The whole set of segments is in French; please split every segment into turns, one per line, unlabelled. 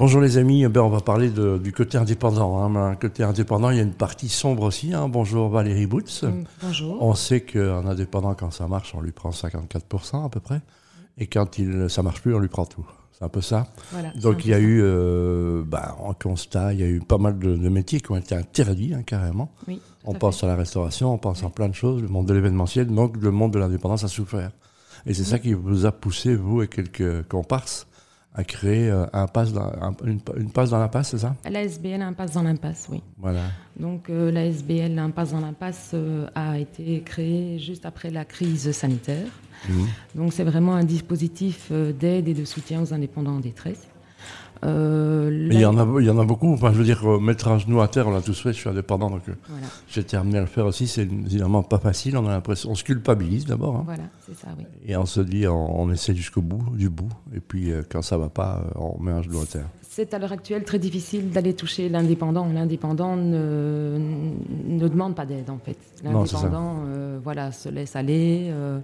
Bonjour les amis, ben, on va parler de- du côté indépendant. Hein. Un côté indépendant, il y a une partie sombre aussi. Hein. Bonjour Valérie Boots.
Mm, Bonjour.
Mmh, On sait qu'un indépendant, quand ça marche, on lui prend 54% à peu près. Et quand il, ça marche plus, on lui prend tout. C'est un peu ça.
Voilà,
Donc
c'est
il y
un
a
peu
eu, euh, bah, en constat, il y a eu pas mal de, de métiers qui ont été interdits hein, carrément.
ça. Oui, tout
On
à
pense à la restauration, on pense à plein de choses. Le monde de l'événementiel, donc le monde de l'indépendance a souffert. Et c'est ça qui vous a poussé, vous et quelques comparses, à créer euh, un passe dans- un- une, une passe dans la passe, c'est ça
fait. La SBL Impasse dans l'impasse, oui.
Voilà.
Donc euh, la SBL Impasse dans l'impasse euh, a été créée juste après la crise sanitaire.
Mhm.
Donc c'est vraiment un dispositif euh, d'aide et de soutien aux indépendants en détresse. Euh,
Mais il
la-
y, en a, il y en a beaucoup. Enfin, je veux dire, euh, mettre un genou à terre, on l'a tous fait, je suis indépendant, donc euh,
Voilà,
j'étais amené à le faire aussi. C'est évidemment pas facile, on a l'impression. On se culpabilise d'abord. hein.
voilà c'est ça, oui.
Et on se dit, on, on essaie jusqu'au bout, du bout. Et puis, euh, quand ça va pas, euh, on met un genou à terre.
C'est à l'heure actuelle très difficile d'aller toucher l'indépendant. L'indépendant ne, ne demande pas d'aide en fait.
Non, c'est ça.
L'indépendant euh, voilà, se laisse aller, euh,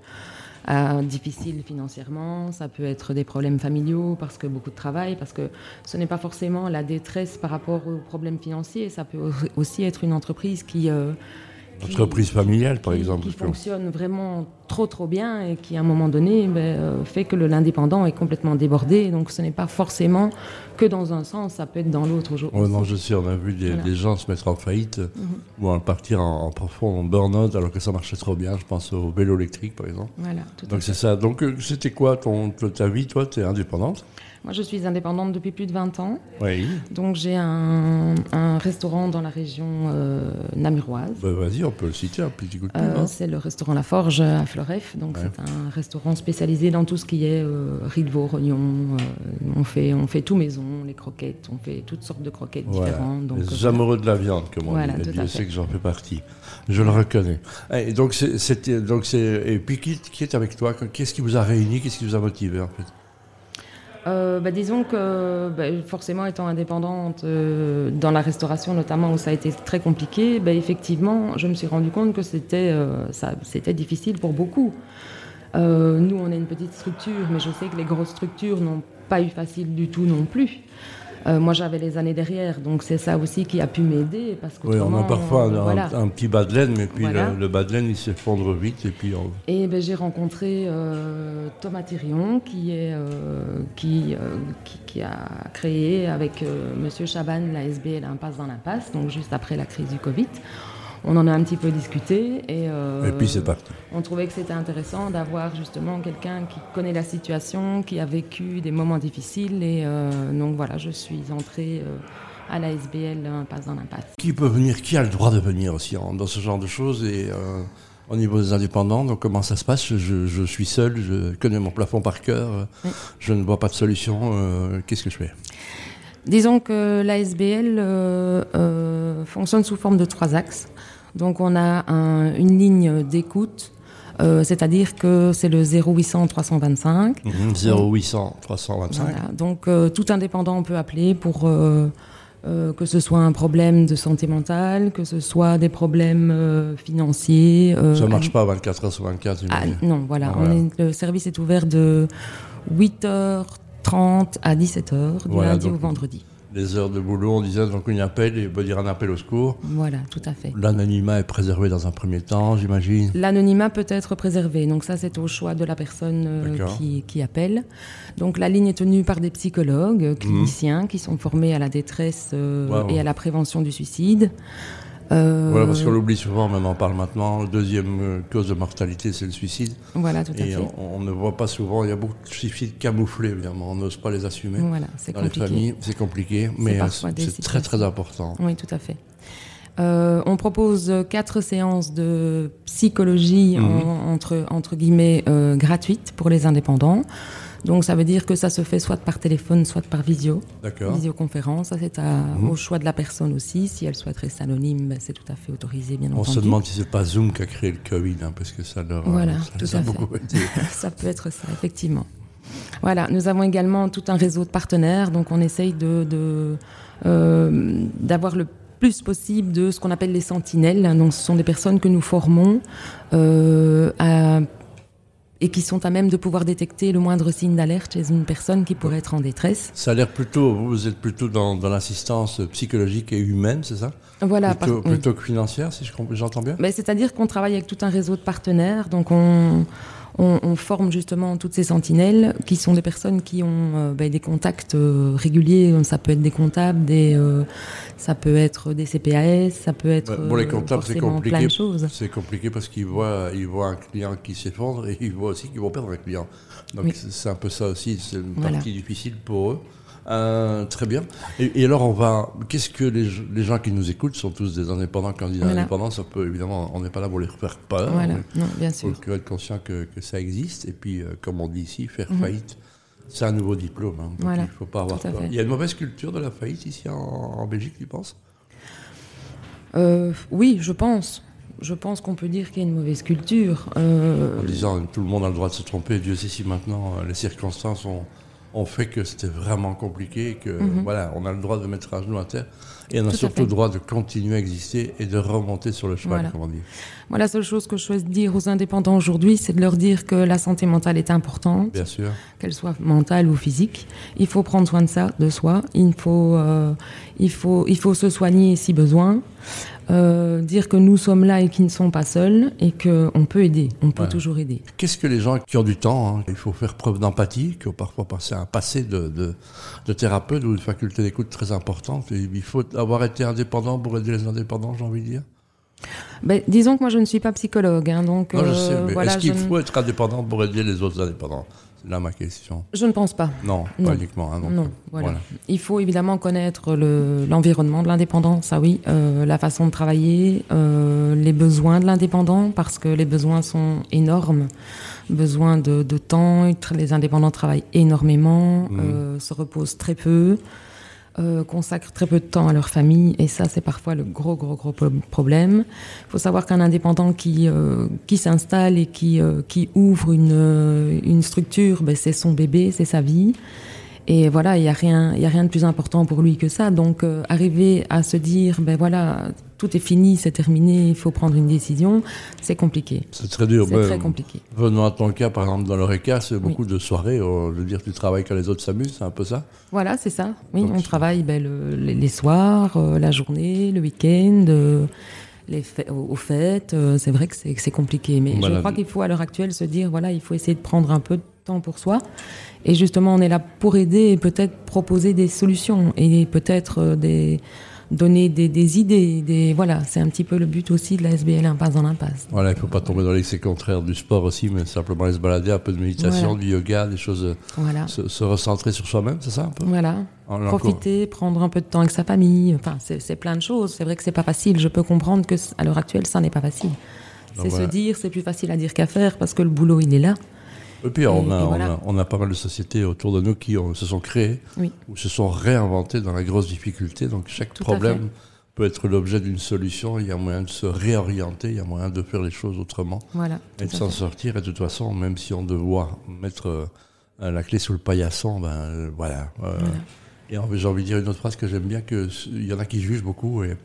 à- difficile financièrement, ça peut être des problèmes familiaux parce que beaucoup de travail, parce que ce n'est pas forcément la détresse par rapport aux problèmes financiers, ça peut au- aussi être une entreprise qui... euh, qui-
Entreprise familiale, par
qui-
exemple.
Qui
parce que-
fonctionne vraiment trop trop bien et qui à un moment donné ben, euh, fait que le- l'indépendant est complètement débordé. Donc ce n'est pas forcément que dans un sens, ça peut être dans l'autre aujourd'hui.
Ouais, Oh non, je sais, on a vu des,
Voilà. Mhm.
des gens se mettre en faillite euh, ou en partir en, en profond en burn-out alors que ça marchait trop bien. Je pense au vélo électrique, par exemple.
Voilà, tout à
Donc
fait.
c'est ça. Donc euh, c'était quoi ton, ta vie Toi, tu es indépendante
Moi je suis indépendante depuis plus de 20 ans.
Oui.
Donc j'ai un, un restaurant dans la région euh, namuroise.
Bah, Vas-y, on peut le citer, un petit coup de pub.
Euh,
hein.
c'est le restaurant La Forge à Floref. Donc,
Ouais.
c'est un restaurant spécialisé dans tout ce qui est euh, riz de veau, rognon. euh, on, fait, on fait tout maison, les croquettes, on fait toutes sortes de croquettes
Voilà.
différentes. Donc, euh,
les
voilà.
amoureux de la viande, comme on
Voilà,
dit.
tout
Et
à
Dieu
fait.
sait que j'en fais partie. Je le reconnais. Et donc, c'est- c'était, donc c'est, et puis, qui, qui est avec toi Qu'est-ce qui vous a réuni Qu'est-ce qui vous a motivé, en fait
Euh, bah, disons que bah, forcément étant indépendante euh, dans la restauration notamment où ça a été très compliqué, bah, effectivement je me suis rendu compte que c'était euh, ça- c'était difficile pour beaucoup. Euh, nous on est une petite structure mais je sais que les grosses structures n'ont pas eu facile du tout non plus. Euh, moi j'avais les années derrière donc c'est ça aussi qui a pu m'aider parce que
Oui, on a parfois un, un petit bas de laine, mais puis
Voilà.
le, le bas de laine, il s'effondre vite, et puis on-
et ben, j'ai rencontré euh, Thomas Thirion, qui, est, euh, qui, euh, qui, qui a créé avec euh, Monsieur Chaban la SBL Impasse dans l'impasse, donc juste après la crise du Covid. On en a un petit peu discuté et, euh,
et puis c'est parti.
on trouvait que c'était intéressant d'avoir justement quelqu'un qui connaît la situation, qui a vécu des moments difficiles et euh, donc voilà, je suis entrée euh, à la SBL Impasse dans l'impasse.
Qui peut venir Qui a le droit de venir aussi en- dans ce genre de choses Et euh, au niveau des indépendants, donc comment ça se passe je, je suis seul, je connais mon plafond par cœur, euh,
Oui.
je ne vois pas de solution. euh, Qu'est-ce que je fais
Disons que l'ASBL euh, euh, fonctionne sous forme de trois axes. Donc on a un- une ligne d'écoute, euh, c'est-à-dire que c'est le 0800 325.
0800 325.
Voilà. Donc euh, tout indépendant peut appeler pour euh, euh, que ce soit un problème de santé mentale, que ce soit des problèmes euh, financiers. euh,
Ça marche pas 24 heures sur 24,
ah,
j'imagine.
non, voilà.
Voilà.
On est- le service est ouvert de 8h30 à 17h, du
Voilà,
lundi
donc-
au vendredi.
Les heures de boulot, on disait donc une appel et on peut dire un appel au secours.
Voilà, tout à fait.
L'anonymat est préservé dans un premier temps, j'imagine.
L'anonymat peut être préservé, donc ça c'est au choix de la personne euh,
D'accord.
qui, qui appelle. Donc la ligne est tenue par des psychologues, euh, cliniciens, qui sont formés à la détresse euh,
Mhm. Waouh.
et à la prévention du suicide. Euh,
Voilà, parce qu'on l'oublie souvent, même on en parle maintenant. Deuxième euh, cause de mortalité, c'est le suicide.
voilà, tout à
Et euh,
fait.
on, on ne voit pas souvent, il y a beaucoup de suicides camouflés, évidemment, on n'ose pas les assumer.
Voilà, Hum, c'est
Dans les
compliqué.
familles, c'est compliqué, mais euh,
parfois des
c'est très très
situations.
important.
Oui, tout à fait. Euh, on propose quatre séances de
Mhm.
psychologie en- entre, entre guillemets euh, gratuites pour les indépendants. Donc ça veut dire que ça se fait soit par téléphone, soit par visio.
D'accord.
Visioconférence, ça c'est à-
Mhm.
au choix de la personne aussi. Si elle souhaite rester anonyme, ben, c'est tout à fait autorisé, bien
On
entendu.
se demande si c'est pas Zoom qui a créé le Covid, hein, parce que ça leur a-
Voilà,
ça
tout
les a
à fait.
beaucoup aidés.
ça peut être ça, effectivement. Voilà, nous avons également tout un réseau de partenaires, donc on essaye de, de, euh, d'avoir le plus possible de ce qu'on appelle les sentinelles. Donc, ce sont des personnes que nous formons euh, à et qui sont à même de pouvoir détecter le moindre signe d'alerte chez une personne qui pourrait être en détresse.
Ça a l'air plutôt, vous êtes plutôt dans, dans l'assistance psychologique et humaine, c'est ça
Voilà,
Plutôt,
par-
plutôt que financière, si je comp- j'entends bien
Mais Ben, C'est-à-dire qu'on travaille avec tout un réseau de partenaires, donc on, on- on forme justement toutes ces sentinelles qui sont des personnes qui ont euh, ben, des contacts euh, réguliers, ça peut être des comptables, des, euh, ça peut être des CPAS, ça peut être
Ouais, Bon, les
euh,
comptables, c'est
forcément
compliqué. Ah,
plein de choses.
C'est compliqué parce qu'ils voient, ils voient un client qui s'effondre et ils voient aussi qu'ils vont perdre un client. Donc
Oui.
c'est c'est un peu ça aussi, c'est une
Voilà.
partie difficile pour eux. Euh, très bien. Et, et alors, on va. Qu'est-ce que les, je- les gens qui nous écoutent sont tous des indépendants, candidats
Voilà.
indépendants. Ça peut évidemment, on n'est pas là pour les faire peur.
Voilà,
mais
non, bien
Il
sûr.
faut que- être conscient que, que ça existe. Et puis, euh, comme on dit ici, faire faillite, c'est un nouveau diplôme. hein. Donc,
Mhm. Voilà.
Il ne faut pas avoir
Tout à
peur.
fait.
Il y a une mauvaise culture de la faillite ici en, en Belgique, tu penses
Euh, oui, je pense. Je pense qu'on peut dire qu'il y a une mauvaise culture. Euh,
en disant tout le monde a le droit de se tromper. Dieu sait si maintenant euh, les circonstances ont, ont fait que c'était vraiment compliqué et que voilà, on a le droit de mettre à genoux à terre et on a
Mhm. Tout à
surtout
fait.
le droit de continuer à exister et de remonter sur le cheval,
Voilà.
comme on dit.
moi, la seule chose que je souhaite dire aux indépendants aujourd'hui, c'est de leur dire que la santé mentale est importante.
Bien sûr.
qu'elle soit mentale ou physique. Il faut prendre soin de ça, de soi. Il faut, euh, il faut, il faut se soigner si besoin. Euh, dire que nous sommes là et qu'ils ne sont pas seuls et qu'on peut aider. On peut
Voilà.
toujours aider.
Qu'est-ce que les gens qui ont du temps, hein, il faut faire preuve d'empathie, qui ont parfois passé un passé de, de, de thérapeute ou une faculté d'écoute très importante, et il faut avoir été indépendant pour aider les indépendants, j'ai envie de dire.
Ben, disons que moi, je ne suis pas psychologue. hein, donc,
Non, je
euh,
sais, mais
voilà,
est-ce qu'il
je, ne-
faut être indépendant pour aider les autres indépendants C'est là ma question.
je ne pense pas.
Non,
Non.
pas uniquement. hein, donc,
Non,
euh,
voilà. Il faut évidemment connaître le- l'environnement de l'indépendant, ça oui, euh, la façon de travailler, euh, les besoins de l'indépendant, parce que les besoins sont énormes. Besoin de, de temps, tra- les indépendants travaillent énormément,
Mm.
euh, se reposent très peu, euh, consacrent très peu de temps à leur famille, et ça c'est parfois le gros, gros, gros po- problème. Il faut savoir qu'un indépendant qui, euh, qui s'installe et qui, euh, qui ouvre une, euh, une structure, ben, c'est son bébé, c'est sa vie. Et voilà, il n'y a, rien- il y a rien de plus important pour lui que ça. Donc, euh, arriver à se dire, ben voilà, tout est fini, c'est terminé, il faut prendre une décision, c'est compliqué.
C'est très dur.
C'est
mais,
très compliqué.
Venant à ton cas, par exemple, dans l'ORECA, c'est beaucoup de soirées. euh, Je veux dire, tu travailles quand les autres s'amusent, c'est un peu ça
Voilà, c'est ça. Oui,
Donc,
on
c'est-
travaille ben, le- les, les soirs, euh, la journée, le week-end, euh, les fê- aux aux fêtes. euh, c'est vrai que c'est c'est compliqué. Mais
Voilà.
je crois qu'il faut, à l'heure actuelle, se dire, voilà, il faut essayer de prendre un peu de temps pour soi. Et justement, on est là pour aider et peut-être proposer des solutions et peut-être euh, des donner des, des idées. Des, voilà, c'est un petit peu le but aussi de la SBL Impasse dans l'impasse.
Voilà, il ne faut pas tomber dans l'excès contraire du sport aussi, mais simplement aller se balader, un peu de méditation,
Voilà.
du yoga, des choses. euh,
Voilà.
Se, se recentrer sur soi-même, c'est ça un peu
Voilà.
En l'encour-
Profiter, prendre un peu de temps avec sa famille. Enfin, c'est c'est plein de choses. C'est vrai que c'est pas facile. Je peux comprendre que c- à l'heure actuelle, ça n'est pas facile.
Donc
C'est
Ben voilà.
se dire, c'est plus facile à dire qu'à faire parce que le boulot, il est là.
Et puis, on, a,
et
on,
voilà.
a, on a pas mal de sociétés autour de nous qui ont- se sont créées
Oui.
ou se sont réinventées dans la grosse difficulté. Donc, chaque
Tout à
problème peut être l'objet d'une solution. Il y a moyen de se réorienter, il y a moyen de faire les choses autrement.
Voilà.
Et de
Tout à
s'en
fait.
sortir, et de toute façon, même si on devoir mettre euh, euh, la clé sous le paillasson, ben euh, voilà. euh, Et en- j'ai envie de dire une autre phrase que j'aime bien, que ce- il y en a qui jugent beaucoup, et,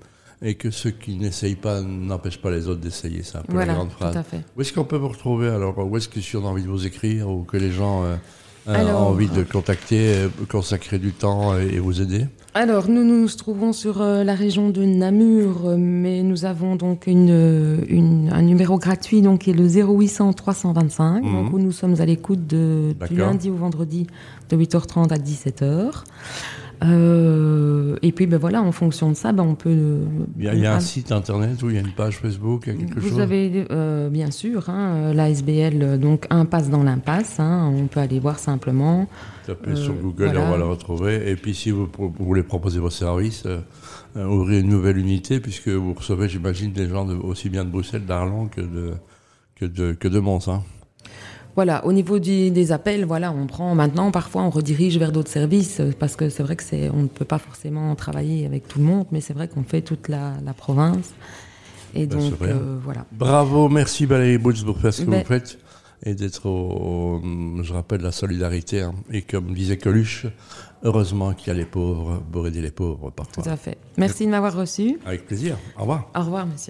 et que ceux qui n'essayent pas n'empêchent pas les autres d'essayer, c'est un peu
Voilà,
la grande
tout à
phrase.
fait.
Où est-ce qu'on peut vous retrouver alors Où est-ce que si on a envie de vous écrire, ou que les gens euh, euh,
Alors-
ont envie de contacter, euh, consacrer du temps et, et vous aider
Alors, nous, nous nous trouvons sur euh, la région de Namur, euh, mais nous avons donc une, euh, une- un numéro gratuit donc, qui est le 0800 325, donc, où nous sommes à l'écoute
Mhm.
de- du
D'accord.
lundi au vendredi de 8h30 à 17h. Euh, et puis, ben voilà, en fonction de ça, ben, on peut... euh,
Il y a, il y a
on-
un site internet, ou il y a une page Facebook, il y a quelque
vous
chose
avez euh, bien sûr hein, euh, la SBL, euh, donc impasse dans l'impasse. hein, on peut aller voir simplement.
Tapez
Euh,
sur Google et
voilà.
on va le retrouver. Et puis si vous, pro- vous voulez proposer vos services, euh, euh, ouvrez une nouvelle unité puisque vous recevez, j'imagine, des gens de- aussi bien de Bruxelles, d'Arlon que de, que de, que de Mons. hein.
Voilà, au niveau du- des appels, voilà, on prend maintenant, parfois on redirige vers d'autres services euh, parce que c'est vrai que c'est, on ne peut pas forcément travailler avec tout le monde, mais c'est vrai qu'on fait toute la, la province. Et
Ben,
donc
c'est vrai.
euh, voilà.
Bravo, merci Valérie Boots pour faire ce que
Ben-
vous faites et d'être, au, au- je rappelle, la solidarité. hein. Et comme disait Coluche, heureusement qu'il y a les pauvres pour aider les pauvres
Tout
parfois.
à fait. Merci de m'avoir reçu.
Avec plaisir. Au revoir.
Au revoir, monsieur.